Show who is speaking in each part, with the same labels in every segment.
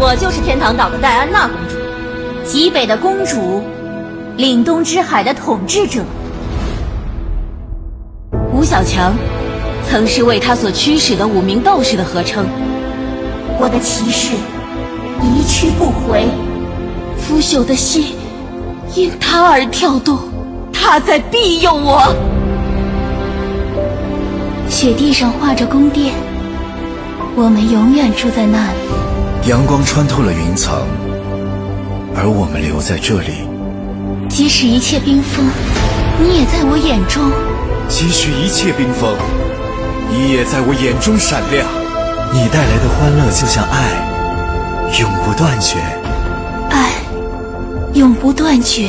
Speaker 1: 我就是天堂岛的戴安娜公主，极北的公主，凛冬之海的统治者。吴小强曾是为他所驱使的五名斗士的合称。
Speaker 2: 我的骑士一去不回，
Speaker 1: 腐朽的心因他而跳动，他在庇佑我。
Speaker 2: 雪地上画着宫殿，我们永远住在那里。
Speaker 3: 阳光穿透了云层，而我们留在这里。
Speaker 2: 即使一切冰封，你也在我眼中；
Speaker 3: 即使一切冰封，你也在我眼中闪亮。你带来的欢乐就像爱，永不断绝。
Speaker 2: 爱永不断绝。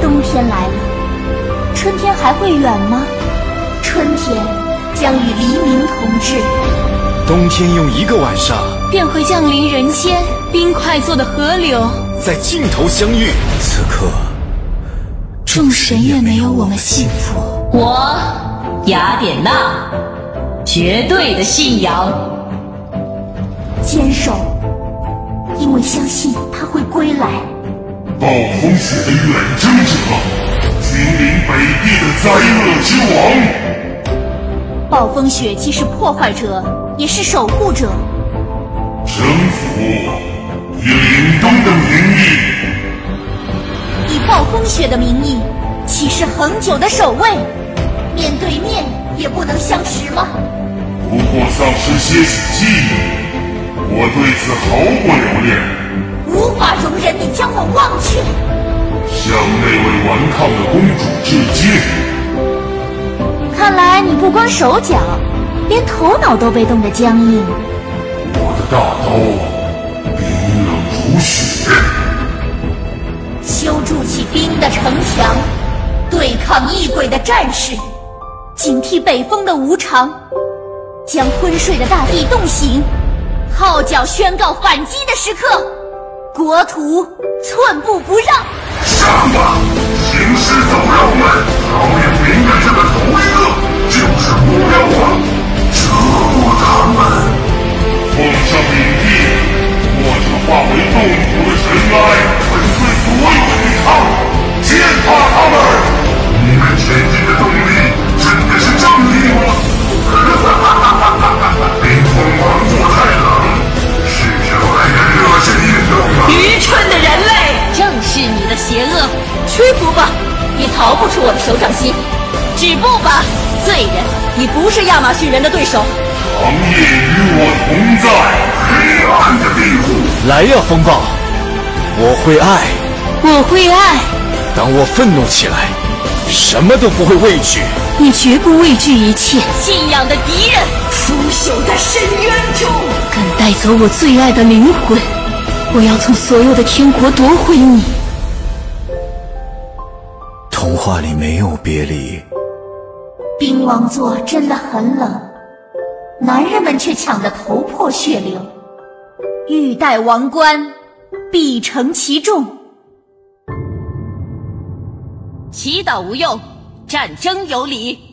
Speaker 1: 冬天来了，春天还会远吗？
Speaker 2: 春天将与黎明同至。
Speaker 3: 冬天用一个晚上，
Speaker 2: 便会降临人间，冰块做的河流，
Speaker 3: 在尽头相遇。此刻，
Speaker 2: 众神也没有我们幸福。
Speaker 1: 我，雅典娜，绝对的信仰。
Speaker 2: 坚守，因为相信他会归来。
Speaker 4: 暴风雪的远征者，君临北地的灾厄之王。
Speaker 1: 暴风雪既是破坏者，也是守护者。
Speaker 4: 征服以凛冬的名义，
Speaker 1: 以暴风雪的名义，岂是恒久的守卫？面对面也不能相识吗？
Speaker 4: 不过丧失些许记忆，我对此毫不留恋。
Speaker 1: 无法容忍你将我忘却。
Speaker 4: 向那位顽抗的公主致敬。
Speaker 1: 看来你不光手脚，连头脑都被冻得僵硬。
Speaker 4: 我的大刀冰冷如雪，
Speaker 1: 修筑起冰的城墙，对抗异鬼的战士，警惕北风的无常，将昏睡的大地冻醒，号角宣告反击的时刻，国土寸步不让。
Speaker 4: 上吧，行尸走肉们！朝野明的这个头一个就是目标王，折磨他们。奉上领地，我者化为冻土的尘埃，粉碎所有的抵抗，践踏他们！你们前进的动力真的是正义吗？冰封王国太冷，是时候来点热血运动了。
Speaker 1: 愚蠢的人类！正是你的邪恶，屈服吧，也逃不出我的手掌心。止步吧，罪人，你不是亚马逊人的对手。
Speaker 4: 长夜与我同在，黑暗的庇护。
Speaker 3: 来呀，风暴！我会爱。
Speaker 2: 我会爱
Speaker 3: 当我愤怒起来，什么都不会畏惧。
Speaker 2: 你，绝不畏惧一切。
Speaker 1: 信仰的敌人，腐朽在深渊中。
Speaker 2: 敢带走我最爱的灵魂，我要从所有的天国夺回你。
Speaker 3: 童话里没有别离，
Speaker 2: 冰王座真的很冷，男人们却抢得头破血流。
Speaker 1: 欲戴王冠，必承其重。祈祷无用，战争有理。